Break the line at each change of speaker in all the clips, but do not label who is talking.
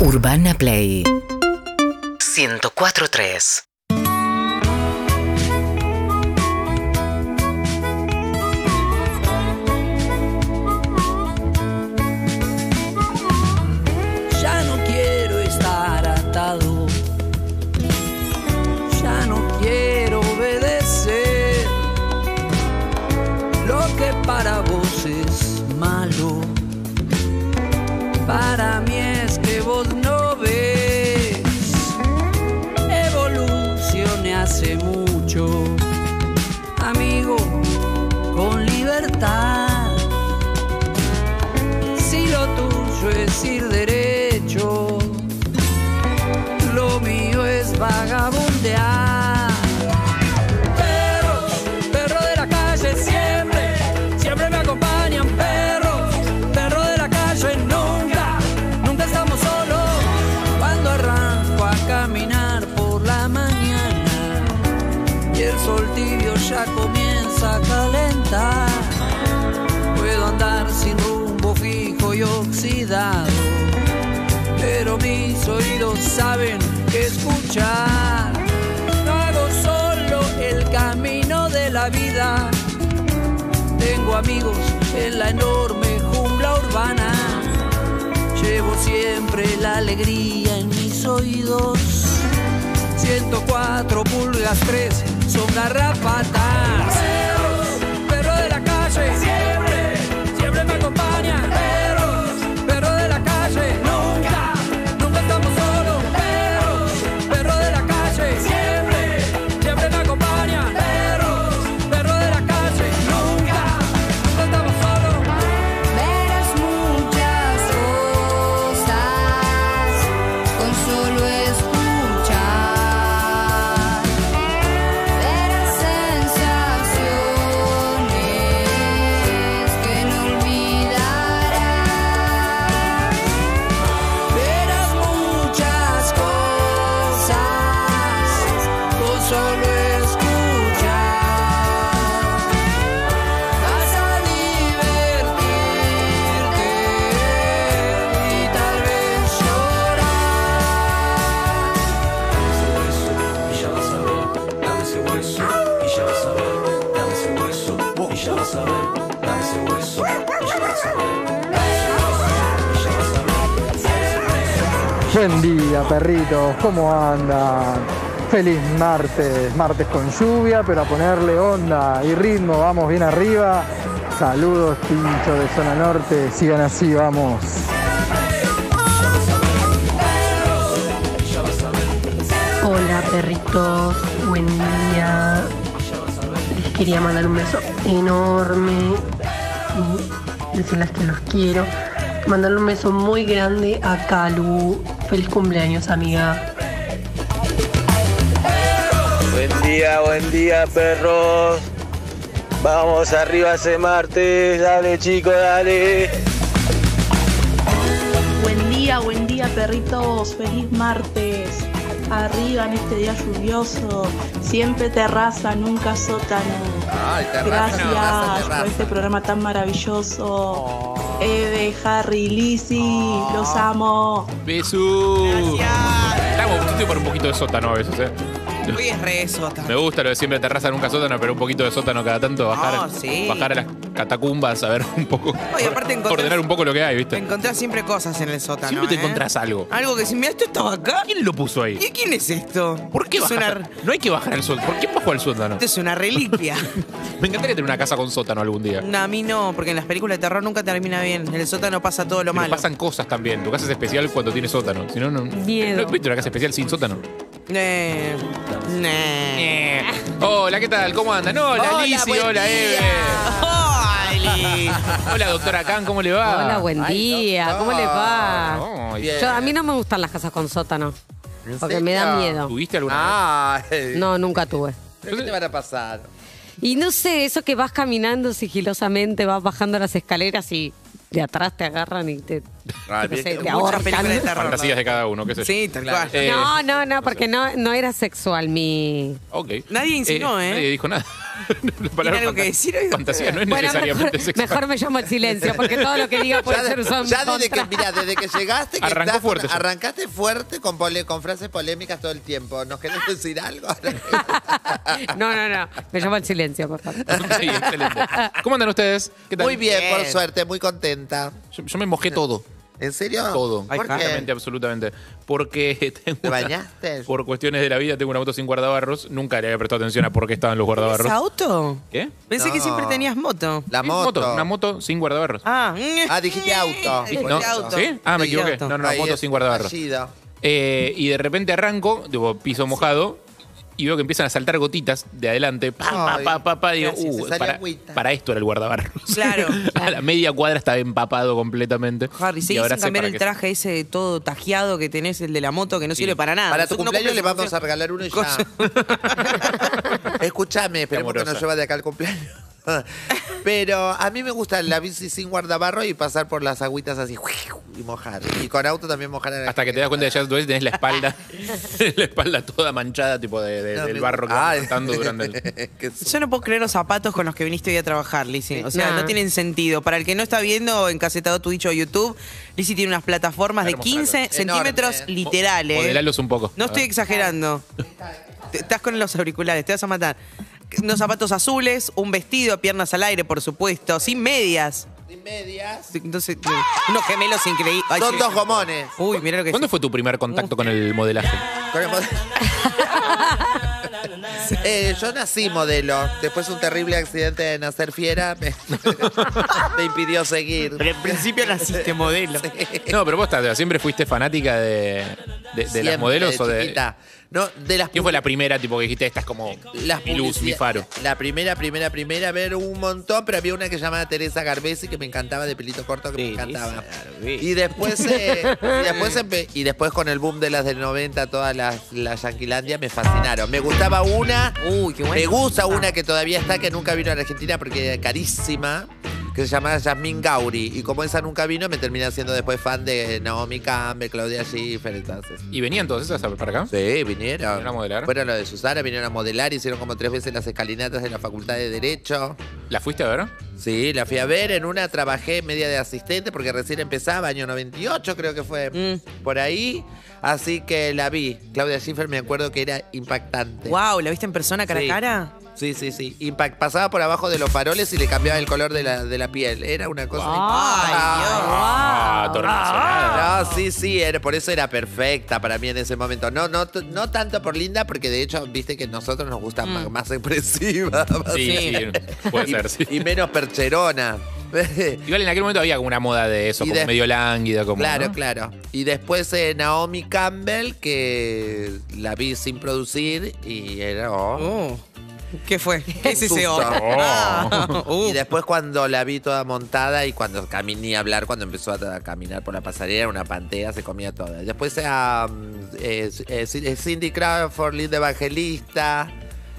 Urbana Play 104.3
Ya no quiero estar atado. Ya no quiero obedecer. Lo que para vos es malo. Para mí es que vos no ves. Evolucioné hace mucho. Amigo, con libertad. Si lo tuyo es ir derecho, lo mío es vagabundear. Perros, perro de la calle siempre, siempre me acompañan. Perros, perro de la calle nunca, nunca estamos solos. Cuando arranco a caminar por la mañana y el sol tibio ya comienza a calentar. Puedo andar sin rumbo fijo y oxidado, pero mis oídos saben escuchar. No hago solo el camino de la vida, tengo amigos en la enorme jungla urbana. Llevo siempre la alegría en mis oídos. 104 pulgas 3 son garrapatas. Perros, perro de la calle, siempre, siempre me acompaña. Perros, perro de la calle, nunca, nunca estamos solos. Perros, perro de la calle, siempre, siempre me acompaña. Perros, perro de la calle, nunca, nunca estamos solos.
Verás muchas cosas con solo escuchar. Verás sensaciones que no olvidarás.
Verás muchas cosas con solo escuchar. Vas a divertirte y tal vez llorar.
hueso y ya vas a ver, dame ese hueso y ya vas a ver, dame ese hueso y ya vas a ver, dame ese hueso y ya vas a ver.
Buen día, perritos, ¿cómo andan? Feliz martes, martes con lluvia, pero a ponerle onda y ritmo, vamos bien arriba. Saludos, pincho de zona norte, sigan así, vamos.
Hola perritos, buen día. Les quería mandar un beso enorme y decirles que los quiero. Mandarle un beso muy grande a Calu. Feliz cumpleaños, amiga.
Buen día, buen día, perros. Vamos arriba ese martes. Dale, chicos, dale.
Buen día, buen día perritos, feliz martes. Arriba en este día lluvioso, siempre terraza, nunca sótano. Gracias por este programa tan maravilloso. Eve, Harry, Lizzy, los amo.
Besu.
Gracias.
Estamos justo por un poquito de sótano a veces, eh.
Hoy es re sota.
Me gusta lo de siempre terraza, nunca sótano, pero un poquito de sótano cada tanto, bajar,
No, Oh, sí.
bajar a las catacumbas, a ver un poco.
y aparte encontrás-
ordenar un poco lo que hay, ¿viste?
Encontrás siempre cosas en el sótano.
Siempre te
¿eh?
encontrás algo.
Algo que si mira, esto estaba acá.
¿Quién lo puso ahí?
¿Y quién es esto?
¿Por qué
es
bajar?
una,
No hay que bajar al sótano. ¿Por qué bajo al sótano?
Esto es una reliquia.
Me encantaría tener una casa con sótano algún día.
no, a mí no, porque en las películas de terror nunca termina bien. En el sótano pasa todo lo
Pero
malo.
pasan cosas también. Tu casa es especial cuando tiene sótano. Si no, no. ¿No has visto una casa especial sin sótano?
Eh, eh.
Eh. Hola, ¿qué tal? ¿Cómo andan? Hola,
Hola,
Lizzy.
buen
Hola,
día.
Eve.
Oli.
Hola, doctora Khan, ¿cómo le va? Ah,
Hola, buen día. ¿Cómo les va?
Ay,
Yo- a mí no me gustan las casas con sótano. Porque me da miedo.
¿Tuviste alguna
Ay,
No, nunca tuve.
¿pero Ah, ¿Qué te van a pasar?
Y no sé, eso que vas caminando sigilosamente, vas bajando las escaleras y de atrás te agarran y te
Ah,
no sé, te
muchas
ahorcan.
películas de terror.
Fantasías de cada uno, qué sé yo.
Sí, tal cual.
Eh,
No, no, no, porque no, no era sexual mi.
ok.
Nadie insinuó, ¿eh?
Nadie dijo nada. La palabra
algo que
fanta-
decir hoy?
Fantasía no es
Bueno,
necesariamente
mejor,
sexual.
mejor me llamo al silencio, porque todo lo que diga puede
Ya de-
ser usado en mi
Ya desde que,
contra.
mirá, desde que llegaste, que
Arrancó
estás-
fuerte.
arrancaste fuerte con, pole- con frases polémicas todo el tiempo. ¿Nos querés
Ah.
decir algo?
No, no, no. Me llamo al silencio, por favor.
Sí, excelente. ¿Cómo andan ustedes? ¿Qué tal?
Muy bien, por suerte, muy contenta.
Yo, yo me mojé todo.
¿En serio?
Todo.
¿Por qué?
Absolutamente, absolutamente. Porque tengo.
¿Te
una-
bañaste?
por cuestiones de la vida tengo un auto sin guardabarros. Nunca le había prestado atención a por qué estaban los
¿Tienes
guardabarros.
auto?
¿Qué?
Pensé que
No.
siempre tenías moto.
La
Sí,
moto.
Una moto sin guardabarros.
Ah,
Ah, dijiste auto.
Dijiste
por
No,
eso.
auto.
¿Sí? Ah, me
Sí,
equivoqué.
auto.
No, no, no,
Ahí
moto
es
sin guardabarros.
fallido.
Eh, y de repente arranco, digo, piso mojado, y veo que empiezan a saltar gotitas de adelante. Pa, pa,
Ay,
pa, pa, pa, digo,
gracias,
"Uh,
se sale
para,
agüita".
para esto era el guardabarros.
Claro.
a la media cuadra estaba empapado completamente.
Harry, sí,
Y ahora
sin
sé
cambiar
para
el
qué
traje ese todo tajeado que tenés, el de la moto, que no sirve para
Ah,
nada.
Para tu
Uno
cumpleaños
cumple
le
su
vamos a
función.
regalar uno y ya.
Cosa-
Escúchame, esperemos que
amorosa.
nos lleva de acá al cumpleaños. Pero a mí me gusta la bici sin guardabarro y pasar por las agüitas así y mojar. Y con auto también mojar. en la-
Hasta que te das cuenta de ya tú tenés la espalda, la espalda toda manchada, tipo de, de-
No,
del
me-
barro que
Ah,
va levantando durante el.
que sí.
Yo no puedo creer los zapatos con los que viniste hoy a trabajar, Lizzy. O sea,
Nah.
no tienen sentido. Para el que no está viendo encasetado tu dicho YouTube, Lizzy tiene unas plataformas de
Hermosa,
15
Enorme.
centímetros literales.
Modelalos un poco.
No
A
estoy
ver.
exagerando. Te- Estás con los auriculares, te vas a matar. Unos zapatos azules, un vestido, piernas al aire, por supuesto, sin medias.
Y medias.
Entonces, unos gemelos increíbles.
Son dos gomones.
Uy, mirá lo que
¿Cuándo fue tu primer contacto con el modelaje?
Con el modelo. Eh, yo nací modelo. Después un terrible accidente de nacer fiera me, me impidió seguir.
principio naciste modelo.
No, pero vos estás- siempre fuiste fanática de, de- de
Siempre,
las modelos o de.
chiquita. No, de las
¿Quién fue la primera tipo que dijiste esta es como
las
mi luz, mi
publicidad-
faro?
La primera, primera, primera, a ver un montón, pero había una que llamaba Teresa Garbesi que me encantaba de pelito corto que
Teresa
me encantaba.
Garbesi.
Y después, eh, y después empe- y después con el boom de las del 90, todas las la Yanquilandia me fascinaron. Me gustaba una,
Uy, qué bueno.
me gusta una que todavía está, que nunca vino a la Argentina porque era carísima. Que se llamaba Jasmine Gauri. Y como esa nunca vino, me terminé siendo después fan de Naomi Campbell, Claudia Schiffer, entonces.
¿Y venían todas esas para acá?
Sí, vinieron.
¿Vinieron a modelar?
Fueron lo de Susana, vinieron a modelar, hicieron como tres veces las escalinatas de la Facultad de Derecho.
¿La fuiste a
Ah.
ver?
Sí, la fui a ver, en una trabajé media de asistente porque recién empezaba, año 98 creo que fue
Mm.
por ahí. Así que la vi. Claudia Schiffer me acuerdo que era impactante.
Wow, ¿la viste en persona cara
Sí.
a cara?
Sí, sí, sí. Impact- pasaba por abajo de los faroles y le cambiaba el color de la, de la piel. Era una cosa.
Ay, Dios.
Ah, tornacional.
No, Ah, sí, sí, era- por eso era perfecta para mí en ese momento. No, no, t- no tanto por linda, porque de hecho, viste que nosotros nos gustan más, más expresivas. más-
Mm. Sí, sí, puede
y,
ser, sí.
y menos percherona.
Igual en aquel momento había como una moda de eso,
Y
como
de-
medio lánguida, como.
claro,
¿no?
claro. Y después eh, Naomi Campbell, que la vi sin producir y era... oh.
Oh. ¿Qué fue? ¿Qué es ese
Susto.
O? Ah, uh.
Y después cuando la vi toda montada y cuando caminé a hablar, cuando empezó a, a caminar por la pasarela, era una pantera, se comía toda. Después eh, um, a Cindy Crawford, Linda Evangelista,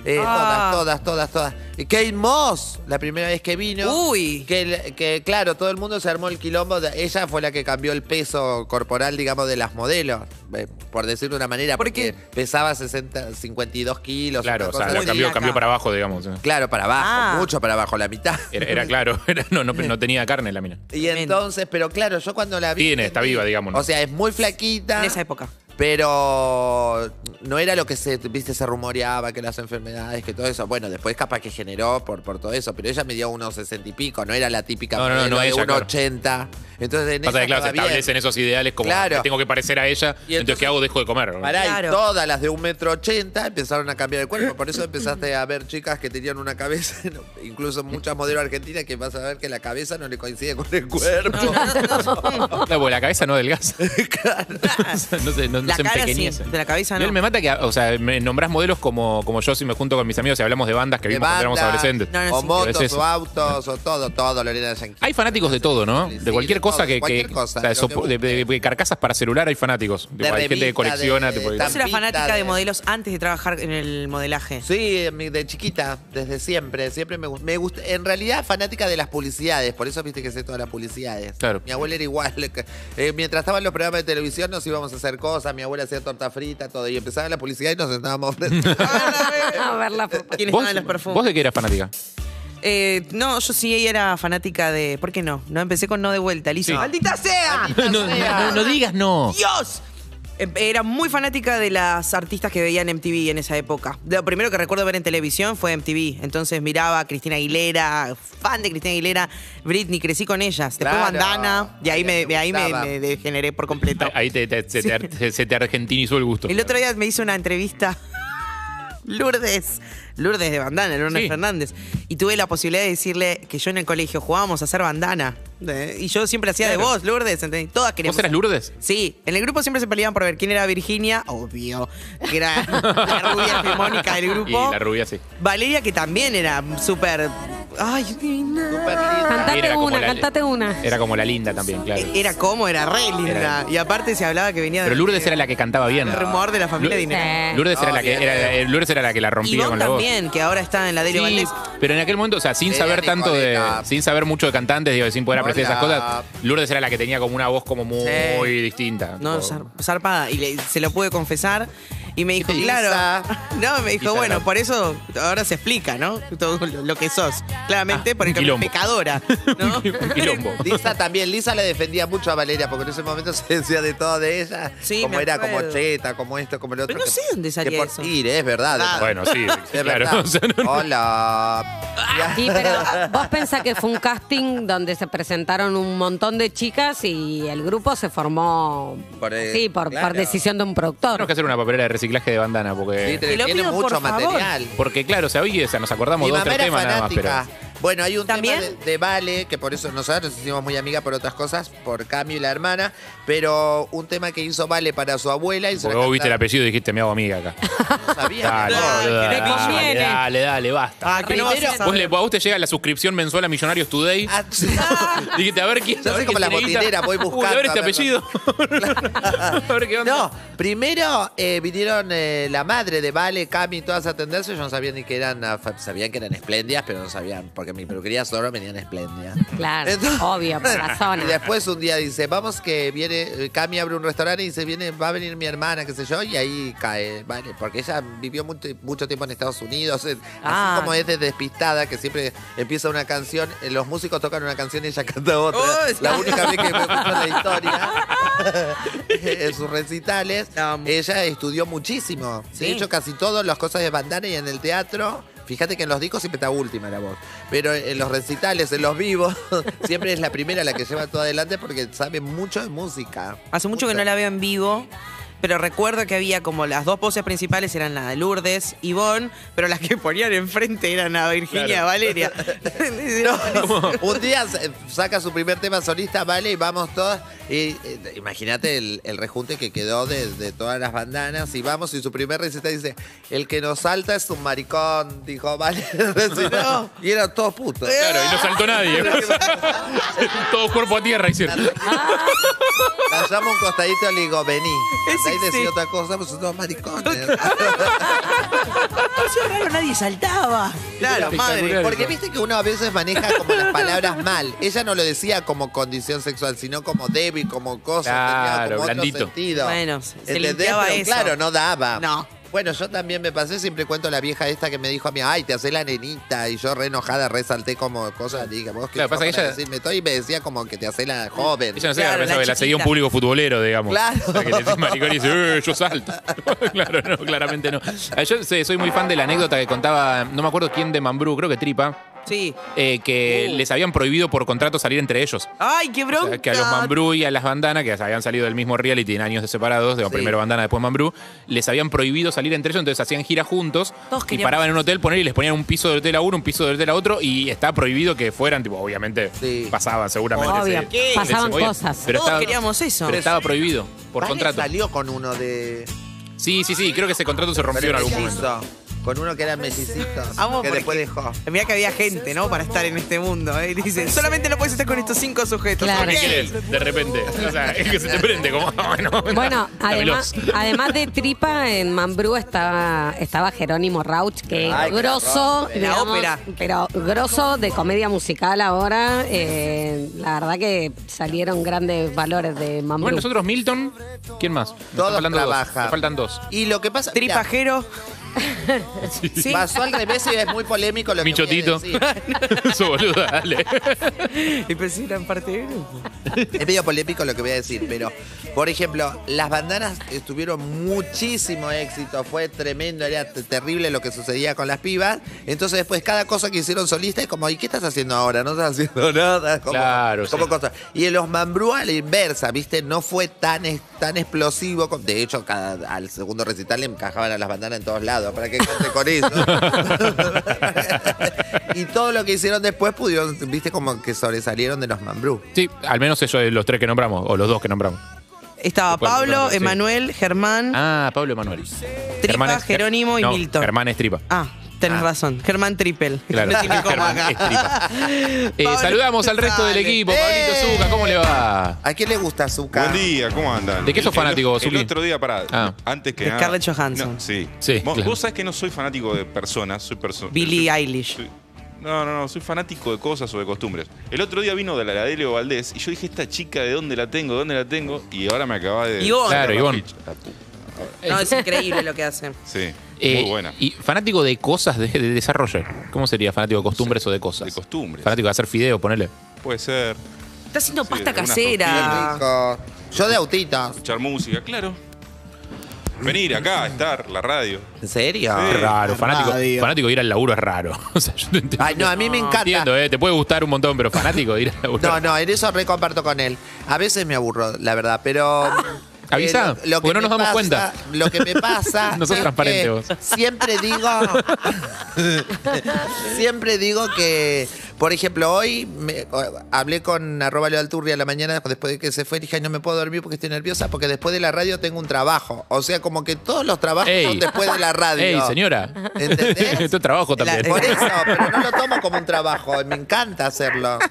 eh,
Ah.
todas, todas, todas, todas. Y Kate Moss, la primera vez que vino.
Uy.
Que, el- que, claro, todo el mundo se armó el quilombo. de- ella fue la que cambió el peso corporal, digamos, de las modelos. eh, por decirlo de una manera,
¿Por
porque
qué?
pesaba 60, 52 kilos.
Claro,
una
o sea,
cosa
la
así.
cambió, cambió para abajo, digamos. ¿eh?
Claro, para abajo,
Ah.
mucho para abajo, la mitad.
Era, era claro, era- no, no, no tenía carne la mina.
Y entonces, pero claro, yo cuando la vi.
Tiene, está viva, digamos, ¿no?
O sea, es muy flaquita.
En esa época.
Pero no era lo que se, viste, se rumoreaba, que las enfermedades, que todo eso. Bueno, después capaz que generó por, por todo eso, pero ella me dio unos sesenta y pico, no era la típica
No, no, no,
modelo
no,
de
ella,
unos
claro.
80. Entonces en
Pasa
esa
que, claro, se
estaba bien.
establecen esos ideales como
Claro.
"Me tengo que parecer a ella,
Y
entonces,
entonces-
¿qué hago? Dejo de comer. ¿no?
Pará,
Claro.
y todas las de un metro ochenta empezaron a cambiar el cuerpo. Por eso empezaste a ver chicas que tenían una cabeza, no, incluso muchas modelos argentinas, que vas a ver que la cabeza no le coincide con el cuerpo.
Claro, porque la cabeza no adelgaza. claro. no, sé, no, no nos
La cara sí,
empequeñecen.
de la cabeza
Y él
no.
me mata que, o sea, me nombrás modelos como, como yo si me junto con mis amigos y hablamos de bandas que
De
vimos cuando éramos
bandas,
adolescentes.
o motos,
Es eso.
o autos, o todo, todo, Lorena Yanqui.
Hay fanáticos de todo, ¿no? De cualquier cosa
todo,
que.
cualquier
que-
cosa,
o sea,
lo que
sopo- de, de- de carcasas para celular hay fanáticos. Tipo, hay gente que
revista,
colecciona.
de
tipo,
Yo era fanática de modelos antes de trabajar en el modelaje.
Sí, mi- de chiquita, desde siempre, siempre me gusta. Me gusta en realidad fanática de las publicidades, por eso viste que sé todas las publicidades.
Claro.
Mi abuela era igual. que- eh, mientras estaban los programas de televisión nos íbamos a hacer cosas, mi abuela hacía torta frita, todo, y empezaba la publicidad y nos sentábamos.
A ver la foto.
¿Quiénes
¿Vos,
estaban los perfumes?
¿Vos de qué eras fanática?
Eh, no, yo sí era fanática de. ¿Por qué no? No empecé con no de vuelta, Lizo.
Sí.
¡Maldita sea!
No, no, no digas no.
¡Dios! Em- Era muy fanática de las artistas que veía en MTV en esa época. Lo primero que recuerdo ver en televisión fue MTV. Entonces miraba a Cristina Aguilera, fan de Cristina Aguilera, Britney, crecí con ellas. Después
Claro.
Bandana, y ahí, me, de ahí me-
gustaba.
me degeneré por completo.
Ahí te, te- se, te, ar- se- se te argentinizó el gusto.
El otro día me hizo una entrevista Lourdes, Lourdes de bandana, Lourdes
Sí.
Fernández, y tuve la posibilidad de decirle que yo en el colegio jugábamos a hacer bandana. ¿eh? Y yo siempre hacía de
Claro.
vos, Lourdes, ¿entendés? Todas queríamos.
¿Vos eras Lourdes?
Sí, en el grupo siempre se peleaban por ver quién era Virginia, obvio, que era la rubia hegemónica del
Y
grupo.
la rubia sí.
Valeria, que también era súper. Ay, divina.
Cantate
Era como
una,
la-
cantate una.
Era como la linda también, claro.
eh, Era como, era re linda. Y aparte se hablaba que venía de-
Pero Lourdes era la que cantaba bien.
del rumor de la familia
Lu-
dinero.
Lourdes era la que
Obvio.
era, Lourdes era la que la
Y
rompía
vos
con la voz.
también, que ahora está en la Delio
Sí,
Valdés.
pero en aquel momento, o sea, sin
Era
saber tanto de.
Nicoleta.
Sin saber mucho de cantantes, digo, sin poder apreciar esas
Hola.
cosas, Lourdes era la que tenía como una voz como muy,
Sí.
distinta.
No,
Como-
zar- zarpada. Y le- se lo pude confesar. Y me dijo,
Isa.
claro. No, me dijo,
Isa,
bueno,
claro.
por eso ahora se explica, ¿no? Todo lo, lo que sos. Claramente, por
Ah, un
porque eres
quilombo.
pecadora, ¿no?
Un quilombo.
Lisa también, Lisa le defendía mucho a Valeria, porque en ese momento se decía de todo de ella.
Sí,
como
me
era
acuerdo.
como cheta, como esto, como lo otro.
Pero no sé dónde salía
que por
eso.
ir, es verdad.
Ah.
Bueno, sí,
Es
claro.
verdad.
o sea, no- no-
Hola.
Sí, pero vos pensás que fue un casting donde se presentaron un montón de chicas y el grupo se formó
Por, eh,
sí, por, por
claro.
decisión de un productor.
Tenemos que hacer una papelera de reciclaje de bandana,
Sí,
porque.
te-
Te lo
tiene
pido, por
mucho
favor.
material.
Porque, claro, o sea, hoy o sea, nos acordamos
Mi
de dos
mamá era
tres temas nada más, pero.
fanática. Bueno, hay un
¿También?
tema de, de Vale, que por eso nosotros nos hicimos muy amigas por otras cosas, por Cami y la hermana, pero un tema que hizo Vale para su abuela y se
Porque
la
vos viste el
cantaba-
apellido y dijiste, me hago amiga acá.
No sabía.
Dale,
Ay,
boludo,
que te
dale,
conviene.
dale, dale, basta.
Ah, que no vas a saber.
Vos le, a vos te llega la suscripción mensual a Millonarios Today.
Ah, sí.
Dijiste, a ver quién
Yo
a
soy
ver
como
quién
la
tiene guita.
botinera, voy
Uy,
buscando,
A ver este
a ver,
apellido. a ver qué onda.
No, primero eh, vinieron eh, la madre de Vale, Cami y todas a atenderse. Yo no sabía ni que eran, ah, fa- sabían que eran espléndidas, pero no sabían, porque mi peluquería solo venían espléndidas.
Claro,
Entonces-
obvio, por la
Y
zona.
después un día dice, vamos que viene, eh, Cami abre un restaurante y dice, viene, va a venir mi hermana, qué sé yo, y ahí cae, vale, porque ella vivió mucho, mucho tiempo en Estados Unidos, eh,
Ah.
así como es de despistada, que siempre empieza una canción, eh, los músicos tocan una canción y ella canta otra.
Oh, es-
La única vez que me escuchó en la historia, en sus recitales,
Amo.
ella estudió muchísimo.
Sí.
Eh, De hecho, casi todas las cosas de bandana y en el teatro. Fíjate que en los discos siempre está última la voz, pero en los recitales, en los vivos, siempre es la primera la que lleva todo adelante porque sabe mucho de música.
Hace mucho que no la veo en vivo. Pero recuerdo que había como las dos voces principales eran la de Lourdes y Bon, pero las que ponían enfrente eran a Virginia y a Valeria.
Un día se- saca su primer tema solista, vale, y vamos todas. Y eh, imagínate el, el rejunte que quedó de, de todas las bandanas. Y vamos, y su primer recital dice: El que nos salta es un maricón, dijo, vale. Recitó, y eran todos putos.
Claro, y no saltó nadie. ¿eh? Todo cuerpo a tierra hicieron.
La llamo a un costadito y le digo, vení.
Es
Ahí
excelente.
decía otra cosa, pues son dos maricones.
raro, nadie saltaba. Claro, madre.
Porque viste que uno a veces maneja como las palabras mal. Ella no lo decía como condición sexual, sino como débil, como cosa, tenía
Claro,
como
blandito.
otro sentido.
Bueno, se
¿Entendés?
limpiaba
Pero,
eso.
Claro, no daba.
No.
Bueno, yo también me pasé, siempre cuento la vieja esta que me dijo a mí, ay, te haces la nenita, y yo re enojada resalté como cosas, dije, vos que
Claro, pasa que ella-
decirme todo, y me decía como que te haces la joven.
Ella no sé,
Claro,
pensaba
la
que la seguía un
chiquita.
público futbolero, digamos.
Claro.
O sea, que le decís maricón y dice, "Eh, yo salto. claro, Eh, no, claramente no. Ah, Yo sé, soy muy fan de la anécdota que contaba, no me acuerdo quién de Mambrú, creo que Tripa.
Sí.
eh, que les habían prohibido por contrato salir entre ellos.
Ay, qué bronca.
O sea, que a los Mambrú y a las Bandana, que habían salido del mismo reality en años de separados, de primero Bandana, después Mambrú, les habían prohibido salir entre ellos, entonces hacían giras juntos
Todos
y
queríamos-
paraban en un hotel, poner y les ponían un piso de hotel a uno, un piso de hotel a otro, y está prohibido que fueran, tipo, obviamente pasaban seguramente.
Obvio,
sí.
¿qué?
Les-
Pasaban
obvio,
cosas.
Pero
Todos
estaba,
queríamos eso.
pero estaba prohibido por
Vale
contrato.
salió con uno de.
Sí, sí, sí, creo que ese contrato se rompió en algún momento.
mellizo, Con uno que era mellicito.
Amo
que
Ah, porque-
después dejó.
Mirá que había gente, ¿no? Para estar en este mundo. ¿eh? Y Dicen, solamente no puedes estar con estos cinco sujetos.
Claro.
¿Qué
Ok.
querés? De repente. O sea, es que se te prende como. Bueno,
Bueno,
dámelo.
además, además de Tripa, en Mambrú estaba, estaba Jerónimo Rauch, que
Ay, que la
grosso,
rompe,
la
digamos,
ópera.
pero grosso de comedia musical ahora. eh, la verdad que salieron grandes valores de Mambrú.
Bueno, nosotros Milton, ¿quién más? Nos están
Todos
faltando dos.
trabajan.
Nos faltan dos.
Y lo que pasa. mirá,
Tripajero. Sí.
Pasó al revés y es muy polémico lo
Michotito.
que voy a decir.
Su boluda, dale.
Y pensé que eran parte de grupo.
Es medio polémico lo que voy a decir, pero por ejemplo, las bandanas eh, tuvieron muchísimo éxito, fue tremendo, era te- terrible lo que sucedía con las pibas. Entonces después cada cosa que hicieron solistas es como, ¿y qué estás haciendo ahora? No estás haciendo nada. Como,
Claro,
como
sí.
cosa. Y en los Mambrú a la inversa, ¿viste? No fue tan, es- tan explosivo. con- De hecho, cada, al segundo recital le encajaban a las bandanas en todos lados. ¿Para qué conté con eso? y todo lo que hicieron después pudieron, ¿viste? Como que sobresalieron de los Mambrú.
Sí, al menos ellos de los tres que nombramos, o los dos que nombramos.
Estaba
Después,
Pablo,
sí.
Emanuel, Germán,
Ah, Pablo Emanuel. Germán es-
Jerónimo y
no,
Milton.
Germán es tripa.
Ah, tenés razón. Germán Trippel.
Claro,
No tiene cómo
Germán
acá.
es tripa. Eh,
Pablo Eh.
saludamos al resto del
González.
equipo. Pablito Zuca, ¿cómo le va?
¿A quién le gusta azúcar?
Buen día, ¿cómo andan?
¿De qué sos
El- el-
fanático,
El,
Zuli?
otro día, pará.
Ah.
Antes que
De
nada.
Scarlett Johansson.
No, sí.
Sí,
Vos,
claro.
vos sabés que no soy fanático de personas, soy persona.
Billie Eilish.
No, no, no, soy fanático de cosas o de costumbres. El otro día vino de la Delio Valdés y yo dije, esta chica, ¿de dónde la tengo? ¿Dónde la tengo? Y ahora me acaba de.
Ivonne.
Claro, Ivonne.
La pu-
No, es increíble lo que hacen.
Sí,
Eh,
muy buena.
Y fanático de cosas de, de desarrollo. ¿Cómo sería? Fanático de costumbres o de cosas.
De costumbres.
Fanático de hacer fideo, ponele.
Puede ser.
Está haciendo
Sí,
pasta
algunas
Ah.
casera.
Rico. Yo de autitos.
Escuchar música, claro. Venir acá, estar, la radio.
¿En serio?
Sí.
Raro, fanático,
Radio.
fanático de ir al laburo es raro. O sea, yo te entiendo.
Ay, no, a mí me encanta.
Entiendo, eh, te puede gustar un montón, pero fanático de ir al laburo.
No, no, en eso recomparto con él. A veces me aburro, la verdad, pero. eh,
Avisa, porque no
me
nos damos
pasa-
cuenta.
Lo que me pasa.
No sos
es
transparente
que
vos.
Siempre digo. siempre digo que. eh, Por ejemplo, hoy me- o- hablé con arroba Leo Alturria a la mañana después de que se fue. Dije, "Ay, no me puedo dormir porque estoy nerviosa porque después de la radio tengo un trabajo. O sea, como que todos los trabajos
Ey.
son después de la radio.
Ey, señora.
¿Entendés?
Esto es trabajo también.
Por eso, pero no lo tomo como un trabajo. Me encanta hacerlo.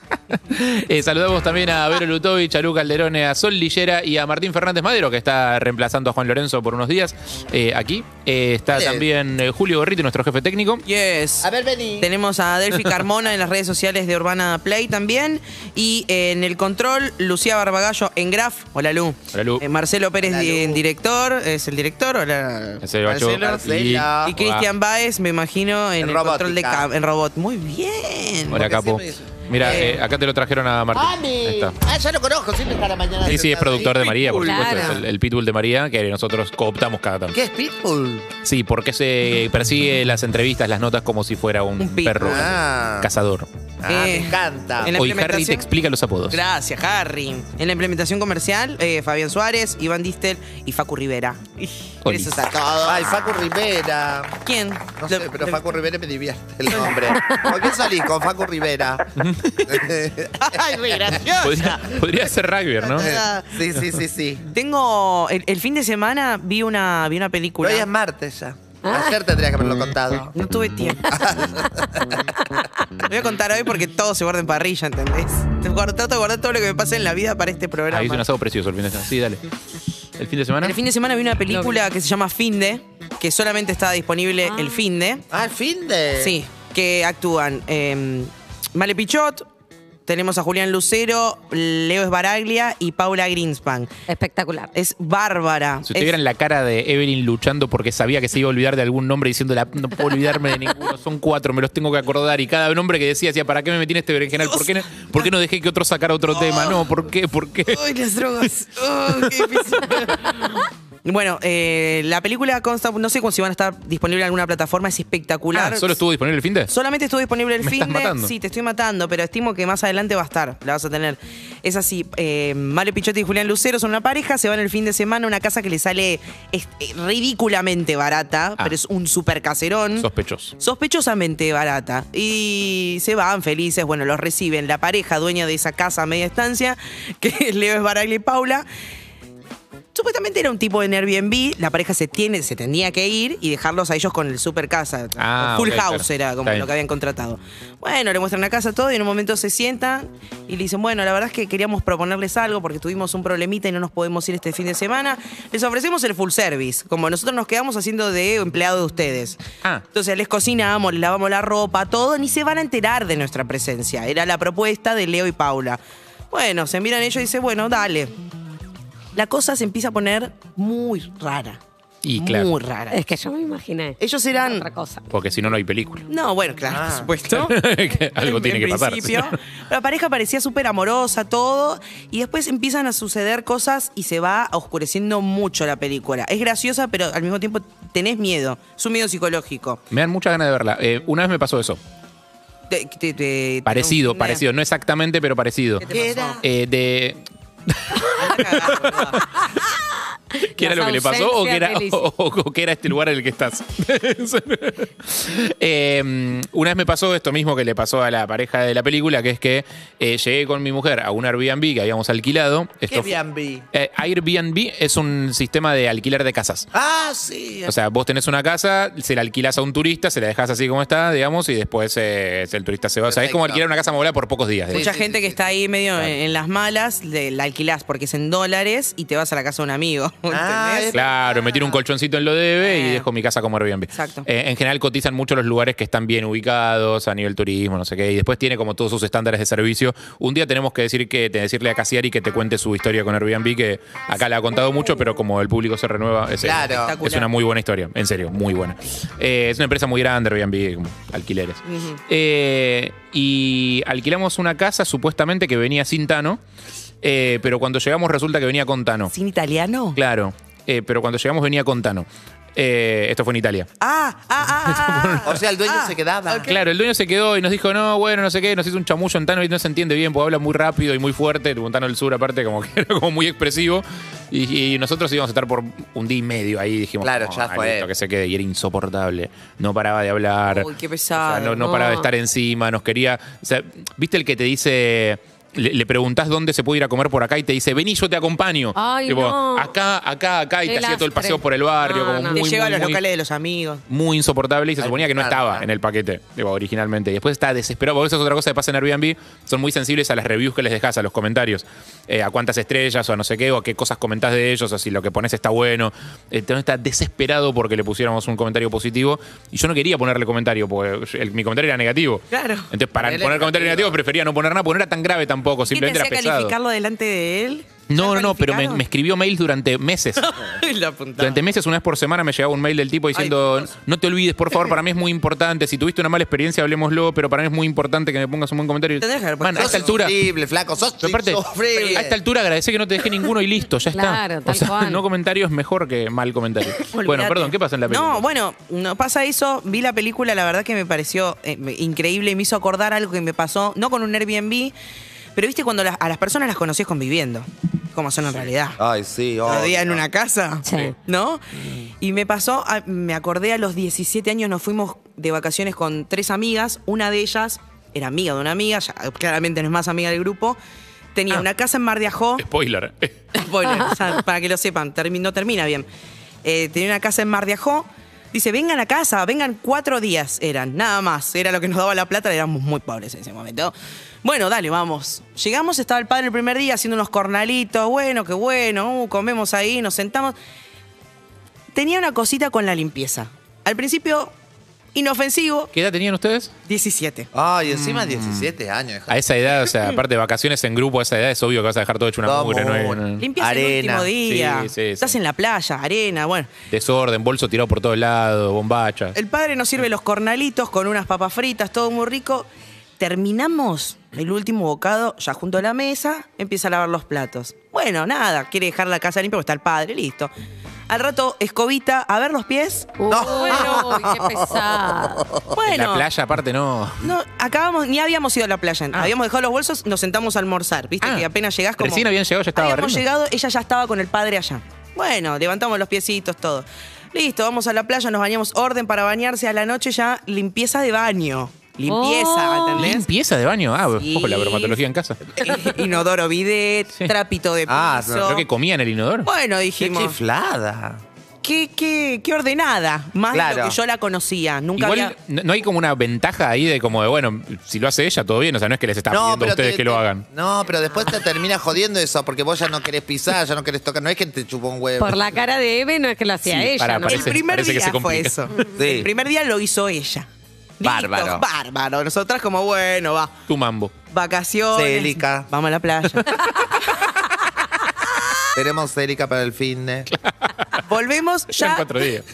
Eh, saludamos también a Vero Lutovich, a Luca Alderone, a Sol Lillera y a Martín Fernández Madero, que está reemplazando a Juan Lorenzo por unos días eh, aquí. Eh, está
Sí.
también eh, Julio Gorriti, nuestro jefe técnico.
Yes.
A ver, vení.
Tenemos a Delphi Carmona en las redes sociales de Urbana Play también. Y eh, en el control, Lucía Barbagallo en Graf. Hola, Lu.
Hola, Lu.
Eh, Marcelo Pérez,
Hola, Lu.
di- en director. ¿Es el director? Hola.
Marcelo Bacho.
Marcelo.
Y Cristian Baez, me imagino, en,
En
el control de
robótica.
cam- en robot. Muy bien.
Hola, Capo.
siempre dice-
Mira,
Eh.
eh, acá te lo trajeron a Martín. Ahí
¡Ani!
está.
Ah, ya lo conozco, siempre está a la mañana.
Sí, sí, es
sentado
productor
ahí.
de María, por
Pitbull.
supuesto.
Claro.
Es el, el pitbull de María, que nosotros cooptamos cada tanto.
¿Qué es Pitbull?
Sí, porque se persigue las entrevistas, las notas como si fuera un,
Un pitbull.
perro
Ah.
cazador.
Ah,
Eh,
me encanta.
en la
Hoy Harry te
implementación-
explica los apodos.
Gracias, Harry. En la implementación comercial, eh, Fabián Suárez, Iván Distel y Facu Rivera. Ih,
Oli.
Besos a todos.
Ay, Facu Rivera.
¿Quién?
No
Lo-
sé, pero
lo-
Facu Rivera me divierte el nombre. ¿Por qué salís con Facu Rivera?
Ay, re graciosa.
Podría, podría ser rugby, ¿no?
sí, sí, sí, sí.
Ah. Tengo. El, el fin de semana vi una, vi una película. Ah.
Hoy es martes ya. Ayer tendrías que haberlo contado.
No tuve tiempo. Voy a contar hoy porque todo se guarda en parrilla, ¿entendés? Te guardo- Trato de guardar todo lo que me pasa en la vida para este programa.
Ahí hice un asado precioso el fin de semana. Sí, dale. ¿El fin de semana?
El fin de semana vi una película que se llama Finde, que solamente está disponible el Finde.
Ah, el fin de.
Sí, que actúan eh, Male Pichot, tenemos a Julián Lucero, Leo Esbaraglia y Paula Greenspan.
Espectacular.
Es bárbara.
Si ustedes
Es-
vieran la cara de Evelyn luchando porque sabía que se iba a olvidar de algún nombre diciendo no puedo olvidarme de ninguno, son cuatro, me los tengo que acordar. Y cada nombre que decía, decía, ¿para qué me metí en este berenjenal? ¿Por qué, no, por qué no dejé que otro Ah, sacara otro tema? No, ¿por qué? ¿Por qué?
¡Ay, las drogas! ¡Oh, qué difícil! Bueno, eh, la película consta, no sé cu- si van a estar disponible en alguna plataforma, es espectacular.
Ah, ¿Solo estuvo disponible el fin de?
Solamente estuvo disponible el
Me
fin
estás
de.
matando.
Sí, te estoy matando, pero estimo que más adelante va a estar, la vas a tener. Es así, eh, Mario Pichotti y Julián Lucero son una pareja, se van el fin de semana a una casa que le sale es- eh, ridículamente barata,
Ah.
pero es un super caserón.
Sospechoso.
Sospechosamente barata. Y se van felices, bueno, los reciben la pareja dueña de esa casa a media estancia, que es Leo Esbaraglia y Paula. Supuestamente era un tipo en Airbnb, la pareja se tiene, se tenía que ir y dejarlos a ellos con el super casa.
Ah,
full
ok,
house
claro.
era como
Está
lo
bien.
que habían contratado. Bueno, le muestran la casa todo y en un momento se sientan y le dicen, bueno, la verdad es que queríamos proponerles algo porque tuvimos un problemita y no nos podemos ir este fin de semana. Les ofrecemos el full service, como nosotros nos quedamos haciendo de empleado de ustedes.
Ah.
Entonces les cocinamos, les lavamos la ropa, todo, ni se van a enterar de nuestra presencia. Era la propuesta de Leo y Paula. Bueno, se miran ellos y dicen, bueno, dale. La cosa se empieza a poner muy rara.
Y claro.
Muy rara.
Es que yo me imaginé.
Ellos eran.
Otra cosa.
Porque si no, no hay película.
No, bueno, claro, por supuesto.
Ah. Que Algo
En-
tiene
en
que pasar.
principio. La pareja parecía súper amorosa, todo. Y después empiezan a suceder cosas y se va oscureciendo mucho la película. Es graciosa, pero al mismo tiempo tenés miedo. Es un miedo psicológico.
Me dan muchas ganas de verla. Eh, una vez me pasó eso.
Te- te- te-
Parecido,
te-
parecido. No exactamente, pero parecido.
¿Qué era?
Eh, de. ¿Qué era
Las
lo que le pasó o
ausencias
qué era,
felices.
o- o- o qué era este lugar en el que estás? Eh, una vez me pasó esto mismo que le pasó a la pareja de la película, que es que eh, llegué con mi mujer a un Airbnb que habíamos alquilado. Esto fu-
Airbnb.
Eh, Airbnb es un sistema de alquiler de casas.
Ah, sí.
O sea, vos tenés una casa, se la alquilás a un turista, se la dejás así como está, digamos, y después eh, el turista se va. O sea, es como
Perfecto.
alquilar una casa movilada por pocos días. digamos.
Mucha gente que está ahí medio en, en las malas, le- la alquilás porque es en dólares y te vas a la casa de un amigo.
Ah,
¿entendés?
Claro, me tiro un colchoncito en lo debe y dejo mi casa como Airbnb.
Exacto.
Eh, en general cotizan mucho los lugares que están bien ubicados a nivel turismo, no sé qué. Y después tiene como todos sus estándares de servicio. Un día tenemos que decir que te- decirle a Cassiari que te cuente su historia con Airbnb, que acá la ha contado mucho, pero como el público se renueva, es,
Claro.
es
Espectacular.
una muy buena historia. En serio, muy buena. Eh, es una empresa muy grande, Airbnb, como alquileres. Eh, y alquilamos una casa supuestamente que venía sin Tano, eh, pero cuando llegamos resulta que venía con Tano.
¿Sin italiano?
Claro, eh, pero cuando llegamos venía con Tano. Eh, esto fue en Italia.
Ah, ah, ah,
O sea, el dueño se quedaba.
Ah, Claro, el dueño se quedó y nos dijo, no, bueno, no sé qué, nos hizo un chamullo en Tano y no se entiende bien, porque habla muy rápido y muy fuerte, el Tano del Sur aparte como que era como muy expresivo. Y, y nosotros íbamos a estar por un día y medio ahí, dijimos,
Claro,
"No,
ya
ah,
fue".
listo, que se quede, y era insoportable. No paraba de hablar.
Uy, qué
O
pesado.
sea, no, no paraba de estar encima, nos quería. O sea, ¿viste el que te dice.? Le, le preguntás dónde se puede ir a comer por acá y te dice, vení, yo te acompaño.
Ay,
Tipo,
no.
Acá, acá, acá, y
Qué
te hacía todo el
lastre.
paseo por el barrio, como
No, no.
muy,
Te lleva
muy,
a los
muy-
locales de los amigos.
muy insoportable y se suponía que no
claro,
estaba en el paquete, digo, originalmente. Y después está desesperado, porque eso es otra cosa que pasa en Airbnb, son muy sensibles a las reviews que les dejas, a los comentarios, eh, a cuántas estrellas o a no sé qué, o a qué cosas comentás de ellos, o si lo que pones está bueno. Entonces está desesperado porque le pusiéramos un comentario positivo y yo no quería ponerle comentario, porque el- mi comentario era negativo.
Claro.
Entonces, para
Ponele
poner comentario
negativo.
negativo, prefería no poner nada, porque no era tan grave tampoco,
¿Qué te
simplemente
hacía
era pesado.
calificarlo delante de él?
No, no, no, pero me, me escribió mails durante meses.
La apuntaba.
Durante meses, una vez por semana, me llegaba un mail del tipo diciendo: No te olvides, por favor, para mí es muy importante. Si tuviste una mala experiencia, hablemoslo, pero para mí es muy importante que me pongas un buen comentario.
Tendrías que haber
Man,
puesto,
a esta
"Sos
altura.
horrible, flaco, sos
Pero aparte,
insufrible".
A esta altura agradece que no te dejé ninguno y listo, ya está.
Claro, tal
o sea,
cual.
no comentario es mejor que mal comentario. bueno,
Olvídate.
perdón, ¿qué pasa en la película?
No, bueno, no pasa eso. Vi la película, la verdad que me pareció eh, me- increíble y me hizo acordar algo que me pasó, no con un Airbnb, pero viste cuando las- a las personas las conocías conviviendo, como son en realidad.
Ay, sí.
Los
oh,
días en una casa,
Sí.
¿no? Y me pasó, a- me acordé a los 17 años, nos fuimos de vacaciones con tres amigas, una de ellas era amiga de una amiga, ya, claramente no es más amiga del grupo, tenía una casa en Mar de Ajó.
Eh, Spoiler.
Spoiler, o sea, para que lo sepan, termi- no termina bien. Eh, tenía una casa en Mar de Ajó. Dice, vengan a casa, vengan cuatro días, eran, nada más. Era lo que nos daba la plata, éramos muy pobres en ese momento. Bueno, dale, vamos. Llegamos, estaba el padre el primer día haciendo unos cornalitos, bueno, qué bueno, uh, comemos ahí, nos sentamos. Tenía una cosita con la limpieza. Al principio, inofensivo.
¿Qué edad tenían ustedes?
17.
Ay, encima 17 años.
A esa edad, o sea, aparte de vacaciones en grupo, a esa edad es obvio que vas a dejar todo hecho una
Vamos.
mugre, ¿no? hay- no-
Limpieza el último día.
Sí, sí, sí.
Estás en la playa, arena, bueno.
Desorden, bolso tirado por todos lados, bombachas.
El padre nos sirve los cornalitos con unas papas fritas, todo muy rico. Terminamos el último bocado ya junto a la mesa, empieza a lavar los platos. Bueno, nada, quiere dejar la casa limpia porque está el padre, listo. Al rato, escobita, a ver los pies.
Bueno, uy, qué pesado.
En la
Bueno.
playa, aparte, no.
No, acabamos, ni habíamos ido a la playa.
Ah.
Habíamos dejado los bolsos, nos sentamos a almorzar, ¿viste? Que apenas llegás como.
Recién habían llegado, ya estaba
Habíamos
barriendo.
llegado, ella ya estaba con el padre allá. Bueno, levantamos los piecitos, todo. Listo, vamos a la playa, nos bañamos, orden para bañarse a la noche ya, limpieza de baño. Limpieza,
Oh.
¿entendés?
Limpieza de baño. Ah, ojo, la bromatología en casa.
Inodoro bidet, trapito de piso.
Ah, creo que comía en el inodoro.
Bueno, dijimos.
Qué chiflada.
Qué, qué- qué ordenada, más de
Claro.
lo que yo la conocía. Nunca
Igual
había.
no no hay como una ventaja ahí de como de, bueno, si lo hace ella, todo bien. O sea, no es que les está pidiendo a ustedes
te-
que lo
te-
hagan.
No, pero después te termina jodiendo eso, porque vos ya no querés pisar, ya no querés tocar. No es que te chupó un huevo.
Por la cara de Eve no es que lo hacía ella. ¿no?
el primer día fue eso. El primer día lo hizo ella.
Bárbaro.
Bárbaro. Nosotras como, bueno, va.
Tu mambo.
Vacaciones.
Célica.
Vamos a la playa.
Tenemos Célica para el fin de.
Volvemos ya.
cuatro días.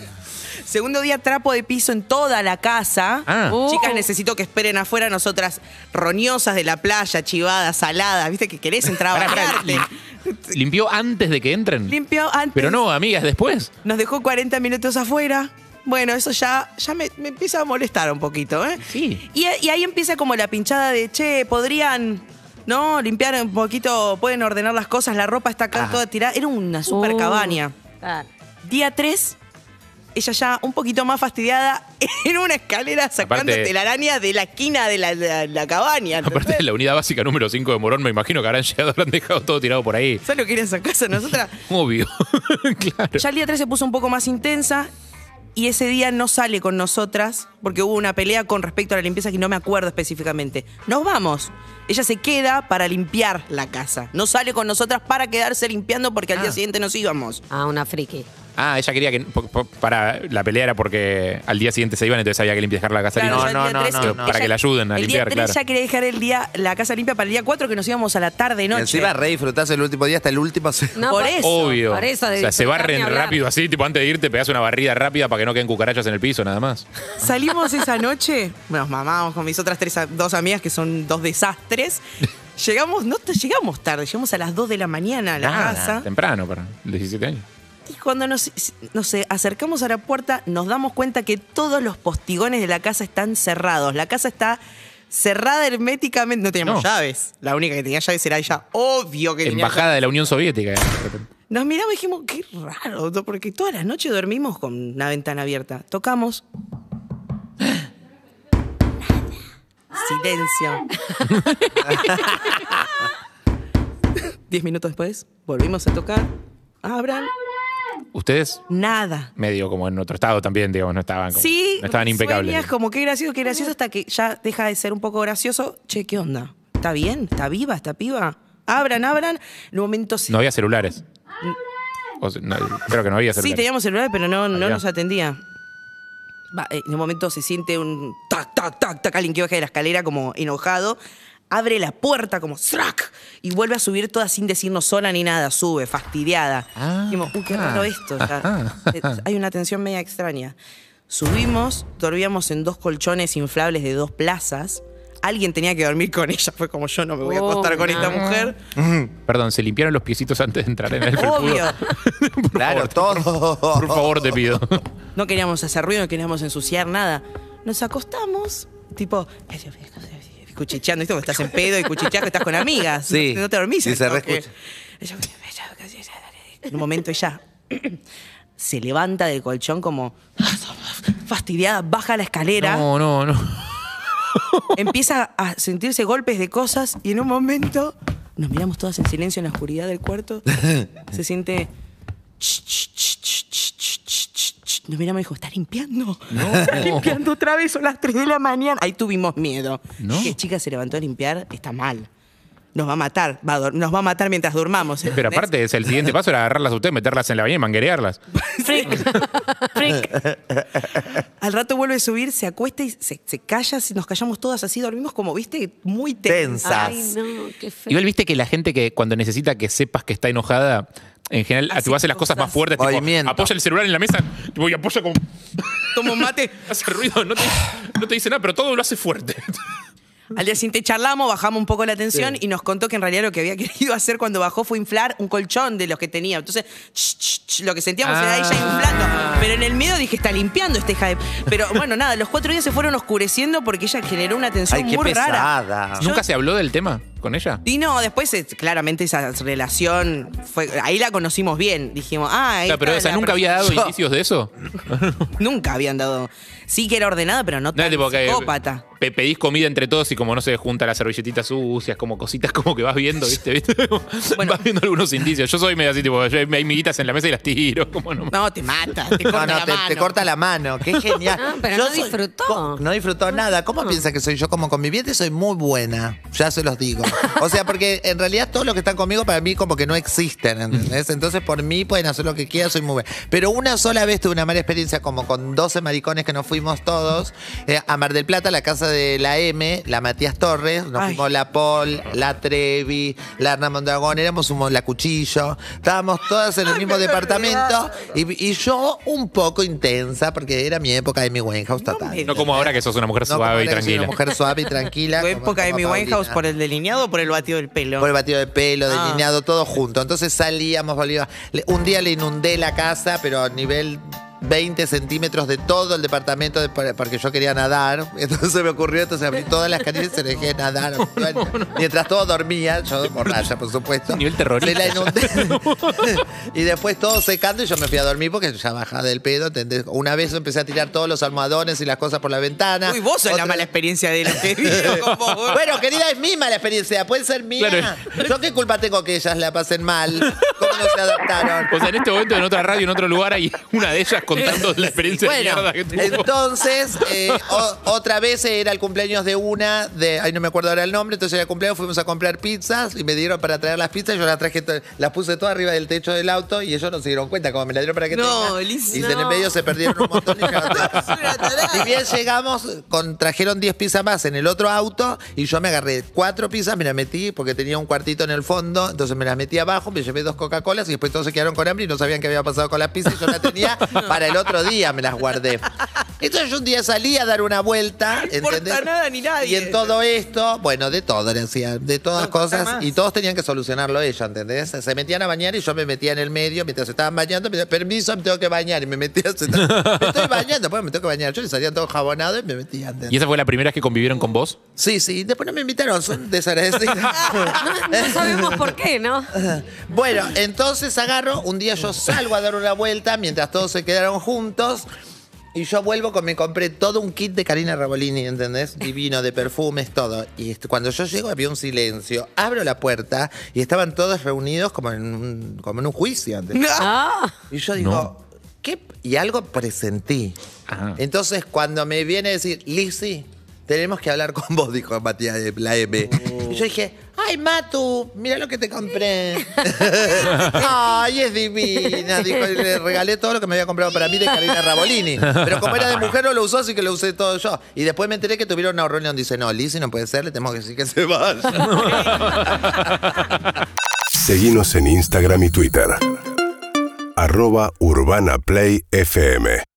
Segundo día, trapo de piso en toda la casa.
Ah.
Uh. Chicas, necesito que esperen afuera nosotras roñosas de la playa, chivadas, saladas. Viste que querés entrar a
Pará, pará,
bañarte.
lim- ¿Limpió antes de que entren?
Limpió antes.
Pero no, amigas, después.
Nos dejó 40 minutos afuera. Bueno, eso ya, ya me, me empieza a molestar un poquito, ¿eh?
Sí.
Y, y ahí empieza como la pinchada de, che, podrían, ¿no? Limpiar un poquito, pueden ordenar las cosas, la ropa está acá
Ah.
toda tirada. Era una super
Uh,
cabaña.
claro.
Día 3, ella ya un poquito más fastidiada en una escalera sacando
Aparte-
telaraña de la esquina de la, la- la cabaña. ¿entendés?
Aparte de la unidad básica número 5 de Morón, me imagino que habrán llegado, habrán dejado todo tirado por ahí.
Solo quieren sacarse a nosotras.
Obvio.
Ya el día 3 se puso un poco más intensa y ese día no sale con nosotras porque hubo una pelea con respecto a la limpieza que no me acuerdo específicamente. Nos vamos. Ella se queda para limpiar la casa. No sale con nosotras para quedarse limpiando porque al día siguiente nos íbamos.
Ah, una friki.
Ah, ella quería que. po- po- Para la pelea era porque al día siguiente se iban, entonces había que limpiar la casa.
Claro,
limpia.
yo el día tres-
Para que la ayuden a
el
limpiar,
día 3
claro.
ya quería dejar el día, la casa limpia para el día 4 que nos íbamos a la tarde
Y
noche.
encima re disfrutás el último día hasta el último. se-
No, por eso.
Obvio.
por eso de
o sea, se
disfrutar ni
barren
hablar.
rápido así, tipo antes de irte, pegas una barrida rápida para que no queden cucarachas en el piso, nada más.
Salimos esa noche, nos mamamos con mis otras tres, a- dos amigas que son dos desastres. Llegamos, no te- llegamos tarde, llegamos a las 2 de la mañana a la
Nada,
casa.
Temprano, para 17 años.
Y cuando nos, nos, eh, acercamos a la puerta, nos damos cuenta que todos los postigones de la casa están cerrados. La casa está cerrada herméticamente. No
No.
teníamos llaves. La única que tenía llaves era ella. Obvio que tenía
Embajada de la Unión Soviética. eh, de repente.
nos miramos y dijimos, qué raro, ¿no? porque todas las noches dormimos con una ventana abierta. Tocamos. Silencio. Diez minutos después, volvimos a tocar. Abran.
Ustedes,
Nada.
medio como en otro estado también, digamos, no estaban como,
Sí,
no estaban impecables.
sueñas como qué gracioso, qué gracioso, hasta que ya deja de ser un poco gracioso. Che, ¿qué onda? ¿Está bien? ¿Está viva esta piba? Abran, abran. En un momento sí.
No había celulares. O sea, no, creo que no había celulares.
Sí, teníamos celular, pero no, no
Había.
nos atendía. Va, eh, en un momento se siente un tac, tac, tac, tac, alguien que baja de la escalera como enojado. Abre la puerta como ¡zrac! y vuelve a subir toda sin decirnos sola ni nada. Sube, fastidiada. Dijimos, uy, qué raro esto. ya". Eh, Hay una tensión media extraña. Subimos, dormíamos en dos colchones inflables de dos plazas. Alguien tenía que dormir con ella. Fue como yo no me voy a acostar con esta mujer.
Perdón, se limpiaron los piecitos antes de entrar en el
Obvio.
Claro, todo. Por favor, te pido.
No queríamos hacer ruido, no queríamos ensuciar nada. Nos acostamos, tipo, cuchicheando, ¿viste? Porque estás en pedo y cuchicheas que estás con amigas.
Sí.
No, te dormís.
Sí, se
¿no?
reescucha.
Que- En un momento ella se levanta del colchón como fastidiada, baja la escalera.
No, no, no.
Empieza a sentirse golpes de cosas y en un momento nos miramos todas en silencio en la oscuridad del cuarto. Se siente. Nos miramos y dijo, ¿está limpiando? Está limpiando otra vez, son las 3 de la mañana. Ahí tuvimos miedo. Que chica se levantó a limpiar, está mal. Nos va a matar, va a dor- nos va a matar mientras durmamos.
Pero
¿entendés?
aparte, el siguiente paso era agarrarlas a ustedes, meterlas en la bañera y manguerearlas.
Al rato vuelve a subir, se acuesta y se, se calla, nos callamos todas así, dormimos como, viste, muy tensas.
Tensas.
no, qué feo.
Igual viste que la gente que cuando necesita que sepas que está enojada, en general, tipo, hace las cosas más fuertes. tipo, apoya el celular en la mesa tipo, y apoya como.
Toma un mate.
hace ruido, no te, no te dice nada, pero todo lo hace fuerte.
Al día siguiente charlamos, bajamos un poco la tensión y nos contó que en realidad lo que había querido hacer cuando bajó fue inflar un colchón de los que tenía. Entonces, ch, ch, ch, lo que sentíamos era ella
Ah.
inflando. Pero en el miedo dije, está limpiando esta hija de. Pero bueno, nada, los cuatro días se fueron oscureciendo porque ella generó una tensión
Ay,
muy
qué
rara. Yo-
¿Nunca se habló del tema con ella?
y no, después eh, claramente esa relación fue. Ahí la conocimos bien. Dijimos,
Claro,
ah, esta
pero
es
esa
la
nunca había dado
persona.
indicios de eso.
Nunca habían dado. Sí que era ordenada, pero no
No
tan
es tipo que
psicópata.
pe- pedís comida entre todos y como no se junta las servilletitas sucias, como cositas como que vas viendo, ¿viste? ¿Viste? vas viendo algunos indicios. Yo soy medio así, tipo, yo- hay miguitas en la mesa y las tiro. Como no,
No, te mata, te
No,
corta
no,
la
te,
mano.
te corta la mano. Qué genial.
Ah, pero no
soy-
disfrutó.
co- no disfrutó nada. ¿Cómo piensa que soy yo como conviviente? Soy muy buena. Ya se los digo. O sea, porque en realidad todos los que están conmigo para mí como que no existen. ¿entendés? Entonces por mí pueden hacer lo que quieran, soy muy buena. Pero una sola vez tuve una mala experiencia como con 12 maricones que nos fuimos todos eh, a Mar del Plata, la casa de la M, la Matías Torres. Nos
Ay.
fuimos la Paul, la Trevi, la Hernán Mondragón, éramos un, la Cuchillo. Estábamos todas
Ah,
en el mismo departamento. Y, y yo un poco intensa, porque era mi época de mi Winehouse total.
No como ahora que sos una mujer
No como
suave y
ahora que soy
tranquila.
Una mujer suave y tranquila.
Tu
como-
época de
como
mi Winehouse
Paulina.
por el delineado o por el batido del pelo.
Por el batido de pelo,
Ah.
delineado, todo junto. Entonces salíamos, volvíamos. Le- Un día le inundé la casa, pero a nivel 20 centímetros de todo el departamento, de- por- porque yo quería nadar. Entonces me ocurrió, entonces abrí todas las canillas y se dejé nadar. Bueno, Mientras todo dormía, yo borracha, por supuesto.
Nivel terrorista.
Se la inundé. y después todo secando y yo me fui a dormir porque ya bajaba del pedo. ¿entendés? Una vez empecé a tirar todos los almohadones y las cosas por la ventana.
Uy, vos sos
Otra-
la mala experiencia de lo que vino con vos, boludo.
bueno, querida, es mi mala experiencia, puede ser mía.
Claro.
Yo qué culpa tengo que ellas la pasen mal. ¿Cómo no se adaptaron?
O sea, en este momento en otra radio, en otro lugar, hay una de ellas contando la experiencia de
Bueno,
mierda que tuvo.
entonces, eh, o- otra vez era el cumpleaños de una, de, ay, no me acuerdo ahora el nombre, entonces era el cumpleaños, fuimos a comprar pizzas y me dieron para traer las pizzas, yo las traje, to- las puse todas arriba del techo del auto y ellos no se dieron cuenta, como me la dieron para que
No,
tenga.
Liz,
Y
no.
en el medio se perdieron un montón y llegaron todas. Y bien llegamos, con, trajeron 10 pizzas más en el otro auto y yo me agarré cuatro pizzas, me las metí porque tenía un cuartito en el fondo, entonces me las metí abajo, me llevé dos Coca-Colas y después todos se quedaron con hambre y no sabían qué había pasado con las pizzas y yo las tenía para el otro día, me las guardé. Entonces yo un día salí a dar una vuelta,
importa
¿entendés?
nada ni nadie.
Y en todo esto, bueno, de todo le hacían, de todas cosas, y todos tenían que solucionarlo ella, ¿entendés? Se metían a bañar y yo me metía en el medio mientras se estaban bañando, me decía, permiso, me tengo que bañar, y me metía, se está- me estoy bañando, pues me tengo que bañar, yo le salía todo jabonado y me metía, ¿entendés?
¿Y esa fue la primera vez que convivieron con vos?
Sí, sí, después no me invitaron, son desagradecidos.
No, no sabemos por qué, ¿no?
Bueno, entonces agarro, un día yo salgo a dar una vuelta mientras todos se quedaron juntos. Y yo vuelvo con, me compré todo un kit de Karina Rabolini, ¿entendés? Divino, de perfumes, todo. Y este, cuando yo llego había un silencio. Abro la puerta y estaban todos reunidos como en un, como en un juicio, ¿entendés?
Ah,
Y yo digo, ¿qué? Y algo presentí.
Ajá.
Entonces, cuando me viene a decir, Lizzy, tenemos que hablar con vos, dijo Matías de la M. Y yo dije, ay, Matu, mira lo que te compré. ay, es divina. Dijo, y le regalé todo lo que me había comprado para mí de Karina Rabolini. Pero como era de mujer, no lo usó, así que lo usé todo yo. Y después me enteré que tuvieron una reunión. Dice, no, Lizzy no puede ser, le tenemos que decir que se vaya.
Seguimos en Instagram y Twitter. Arroba Urbana Play FM.